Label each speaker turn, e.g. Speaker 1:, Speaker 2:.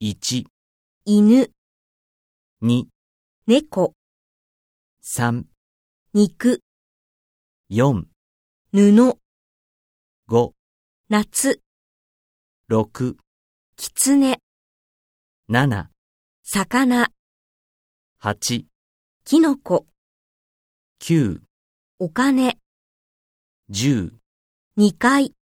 Speaker 1: 1、
Speaker 2: 犬、
Speaker 1: 2、
Speaker 2: 猫、
Speaker 1: 3、
Speaker 2: 肉、
Speaker 1: 4、
Speaker 2: 布、
Speaker 1: 5、
Speaker 2: 夏、
Speaker 1: 6、
Speaker 2: 狐、
Speaker 1: 7、
Speaker 2: 魚、
Speaker 1: 8、
Speaker 2: キノコ、
Speaker 1: 9、
Speaker 2: お金、
Speaker 1: 10。
Speaker 2: 2階。